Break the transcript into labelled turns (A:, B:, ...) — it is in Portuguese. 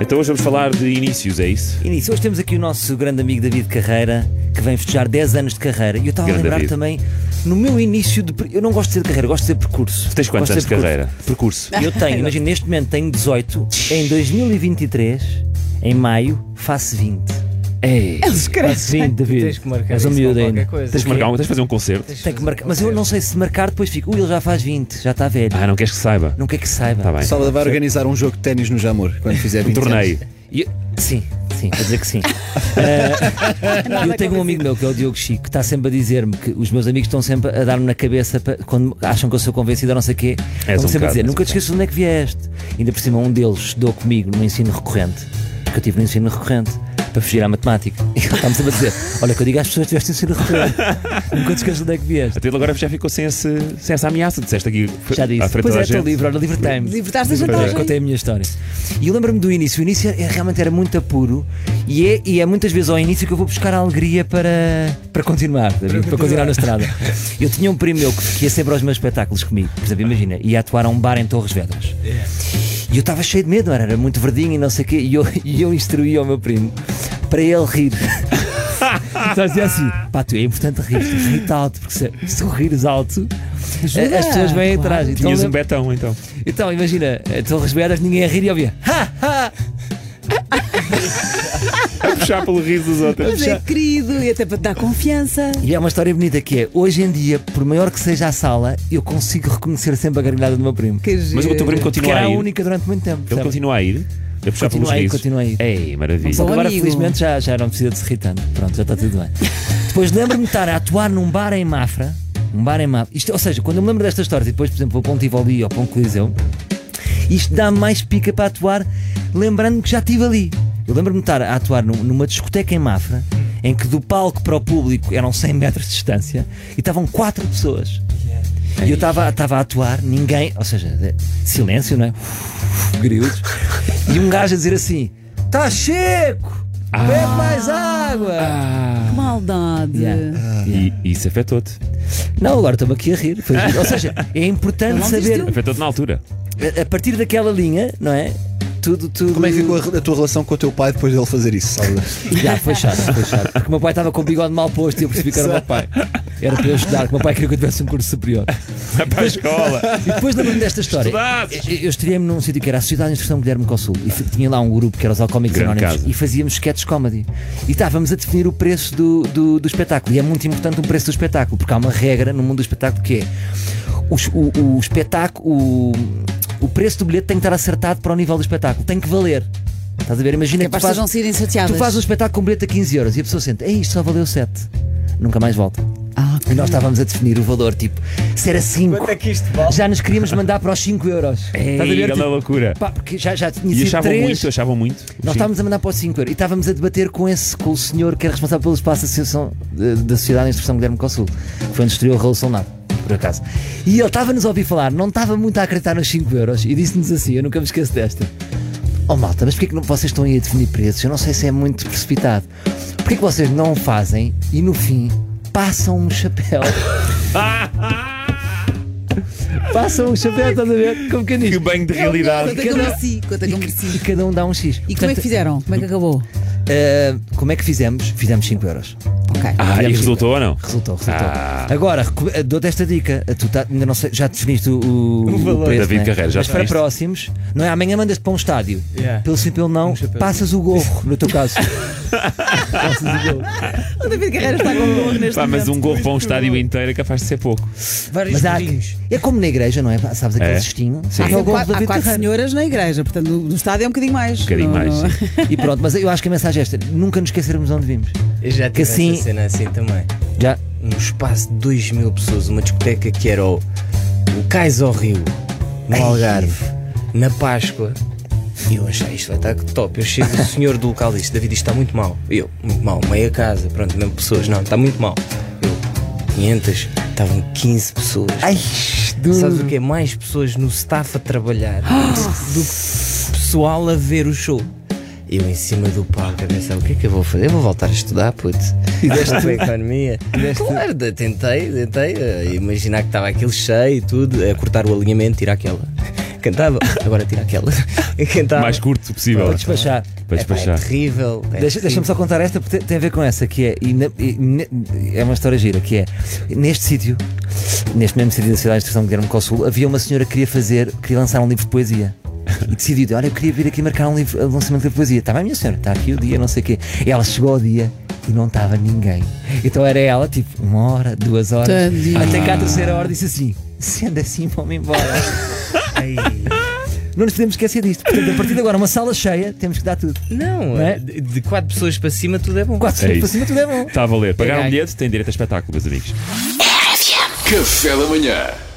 A: Então hoje vamos falar de inícios, é isso?
B: Início, hoje temos aqui o nosso grande amigo David Carreira, que vem festejar 10 anos de carreira. E eu estava a
A: Grande
B: lembrar
A: David.
B: também, no meu início de. per- Eu não gosto de dizer carreira, gosto de dizer percurso.
A: Tens quantos anos
B: Gosto
A: de
B: dizer percurso.
A: carreira? Percurso.
B: Eu tenho, imagina, neste momento tenho 18, em 2023, em maio, faço 20.
A: Ei,
B: É.
A: tens
B: Faço 20, David.
C: Tens que marcar
B: És um
C: isso
B: miúdo
C: com
B: ainda.
C: qualquer coisa.
B: Tens
A: de
B: que
A: marcar
B: marcar
A: uma, tens de fazer um concerto.
B: Tenho que marcar, mas eu não sei se marcar, depois fico, ui, ele já faz 20, já está velho.
A: Ah, não queres que saiba?
B: Não quer que saiba.
A: Está bem.
D: Salva vai organizar um jogo de ténis no Jamor quando fizer 20
A: Um torneio. E-
B: Sim, sim, vou dizer que sim. Ah, eu tenho um amigo meu que é o Diogo Chico, que está sempre a dizer-me que os meus amigos estão sempre a dar-me na cabeça pa- quando acham que eu sou convencido ou não sei o quê.
A: És
B: Estão
A: um
B: sempre a
A: bocado,
B: dizer,
A: és um
B: nunca te esqueças de onde é que vieste. Ainda por cima, um deles estudou comigo no ensino recorrente, porque eu tive no ensino recorrente. Para fugir à matemática. E ele está-me sempre a dizer: Olha, que eu digo às pessoas que tiveste ensino recorrente. Nunca te esqueças de onde é que vieste.
A: Até ele agora já ficou sem, esse- sem essa ameaça. Disseste aqui
B: Já disse.
A: à frente
B: pois
A: da
B: é,
A: gente.
B: estou livre, olha, libertei-me.
C: Libertaste a
B: Pois é,
C: vantagem.
B: contei a minha história. E eu lembro-me do início. O início é, realmente era muito apuro e é, e é muitas vezes ao início que eu vou buscar a alegria para, para continuar, David, para continuar na estrada. Eu tinha um primo meu que, que ia sempre aos meus espetáculos comigo. Por exemplo, imagina, ia atuar a um bar em Torres Vedras. E eu estava cheio de medo, era, era muito verdinho e não sei o quê. E eu, e eu instruí ao meu primo para ele rir. Estás a assim, pá, tu é importante rir, rir alto, porque se, se tu rires alto, as pessoas vêm atrás. Então
A: Tinhas um
B: lembro-
A: betão, então.
B: então, imagina, a Torres Vedras, ninguém a rir e ouvia. Ha, ha!
A: A puxar pelo riso dos outros.
C: Mas é querido e até para te dar confiança.
B: E é uma história bonita que é, hoje em dia, por maior que seja a sala, eu consigo reconhecer sempre a gargalhada do meu primo.
C: Que
A: Mas o teu primo
B: Porque
A: continua
B: era
A: a
B: a
A: ir.
B: única durante muito tempo.
A: Ele
B: sabe?
A: continua a ir. A puxar pelos
B: Continua a ir,
A: risos.
B: continua um a ir.
A: Ei, maravilha.
C: Bom
B: Agora,
C: amigo.
B: felizmente, já, já não precisa de se rir tanto. Pronto, já está tudo bem. Depois lembro-me de estar a atuar num bar em Mafra. Um bar em Mafra. Isto, ou seja, quando eu me lembro destas histórias e depois, por exemplo, vou para um Tivoli ou para um Coliseu, isto dá mais pica para atuar, lembrando que já estive ali. Eu lembro-me de estar a atuar num- numa discoteca em Mafra, em que do palco para o público eram 100 metros de distância e estavam quatro pessoas. E eu estava estava a atuar, ninguém, ou seja, de- silêncio, não é? Grilos. E um gajo a dizer assim: Está seco! Bebe
D: Ah.
B: mais água!
C: Que maldade.
B: Yeah.
A: E e isso afetou-te.
B: Não, agora estou-me aqui a rir. Foi giro. Ou seja, é importante
C: Não
B: saber,
C: desistiu.
A: Afetou-te na altura.
B: a- a partir daquela linha, não é? Tudo, tudo.
D: Como é que ficou a, a tua relação com o teu pai depois dele fazer isso? Salva?
B: Já, foi chato, foi chato. Porque o meu pai estava com o bigode mal posto e eu percebi que era o meu pai. Era para eu estudar, que o meu pai queria que eu tivesse um curso superior.
A: Vai para a escola.
B: E depois lembro-me desta história.
A: Estudados!
B: Eu- Eu estreiei-me num sítio que era a Sociedade de Instrução Guilherme Consul e f- tinha lá um grupo que era os Alcoólicos
A: Grande
B: Anónimos
A: casa.
B: e fazíamos sketch comedy. E estávamos a definir o preço do, do, do espetáculo. E é muito importante o preço do espetáculo, porque há uma regra no mundo do espetáculo que é os- o, o espetáculo, o, o preço do bilhete tem que estar acertado para o nível do espetáculo, tem que valer. Estás a ver? Imagina
C: É Capaz
B: que tu
C: de
B: fazes-
C: não serem
B: Tu
C: chateadas.
B: fazes um espetáculo com bilhete a 15 euros e a pessoa sente, ei, isto só valeu 7. Nunca mais volta.
C: Ah,
B: E nós estávamos a definir o valor, tipo, se era 5.
C: Quanto é que isto vale?
B: Já nos queríamos mandar para os 5 euros. Estás a
A: Ei,
B: ver?
A: grande
B: Tipo,
A: loucura.
B: pá, porque já, já tinha
A: E
B: sido
A: achavam
B: 3.
A: muito, achavam muito.
B: Nós
A: Sim.
B: estávamos a mandar para os 5 euros e estávamos a debater com, esse, com o senhor que era responsável pelo espaço da, Associação, eh, da Sociedade de Instrução Guilherme Consul. Foi onde estreou a Revolução Nada, por acaso. E ele estava-nos a ouvir falar, não estava muito a acreditar nos 5 euros e disse-nos assim: Eu nunca me esqueço desta. Oh malta, mas porquê que não, vocês estão aí a definir preços? Eu não sei se é muito precipitado. Porquê que vocês não o fazem e no fim passam um chapéu? passam um chapéu, estás a ver? Como que eu
A: Que
B: digo? É um
A: banho de realidade.
C: Conta como assim. Conta como
B: E
C: assim.
B: cada um dá um X.
C: E como é que fizeram? Como é que acabou?
B: Uh, como é que fizemos? Fizemos 5 euros.
C: Ok.
A: Ah, e
B: Fizemos
A: resultou ou não?
B: Resultou, resultou.
A: Ah.
B: Agora, recu- eh, dou-te esta dica. Eh, Tu tá- ainda não sei, já definiste o, o, o
A: valor.
B: preço,
A: David
B: né?
A: Carreira, já
B: Mas para
A: definiste.
B: próximos, não é? Amanhã mandas-te para um estádio.
C: Yeah.
B: Pelo sim, pelo não, passas o gorro, no teu caso. passas o gorro.
C: O David Carreira está com o neste
A: Pá, mas
C: momento.
A: um gorro para um estádio inteiro é capaz de ser pouco.
B: Mas há, é como na igreja, não é? Sabes aquele
A: É.
B: cestinho?
A: Sim.
B: Aquele gorro
C: Há
B: do
C: quatro, há
B: David
C: quatro
B: Carreira.
C: senhoras na igreja, portanto, no no estádio é um bocadinho mais.
A: Um bocadinho
C: Não-
A: mais.
C: não-
A: sim.
B: E pronto, mas eu acho que a mensagem é esta: nunca nos esquecermos de onde vimos.
E: Eu já tive
B: Que assim-
E: essa cena assim também.
B: Já.
E: Um espaço de 2 mil pessoas, uma discoteca que era o, o Cais ao Rio, no Algarve, na Páscoa. E eu achei isto vai estar top. Eu chego, o senhor do local disse: David, isto está muito mal. Eu, muito mal, meia casa, pronto, mesmo pessoas, não, está muito mal. Eu, 500, estavam 15 pessoas.
B: Ai,
E: Sabes o que é? Mais pessoas no staff a trabalhar do que pessoal a ver o show. Eu em cima do palco a pensar, o que é que eu vou fazer? Eu vou voltar a estudar, puto. E deste para a economia. Claro, de- tentei, tentei. eh, imaginar que estava aquilo cheio e tudo. A cortar o alinhamento, tirar aquela. Cantava, agora tira aquela. Cantava.
A: mais curto possível.
B: Para despachar.
A: Para
E: Epá, é
A: despachar.
E: terrível. é
B: Deixa- Deixa-me só contar esta, porque tem- tem a ver com essa, que é. e na- e ne- é uma história gira, que é. Neste sítio, neste mesmo sítio da cidade de instrução de Guilherme Cossul, havia uma senhora que queria fazer, queria lançar um livro de poesia. E decidiu, olha, eu queria vir aqui marcar um livro, um lançamento de poesia. Está bem, minha senhora, está aqui o dia, não sei o quê. E ela chegou ao dia e não estava ninguém. Então era ela, tipo, uma hora, duas horas.
C: Tadinha.
B: Até cá a terceira hora disse assim: sendo assim, vão-me embora.
E: terrível. Ai.
B: não nos podemos esquecer disto. Portanto, a partir de agora, uma sala cheia, temos que dar tudo.
E: Não,
B: Não é?
E: de de quatro pessoas para cima tudo é bom.
B: Quatro
A: É
B: é para
A: isso.
B: cima, tudo é bom.
A: Está a valer. Pagar um
E: ganho.
A: bilhete tem direito a espetáculo, meus amigos.
F: Café da manhã.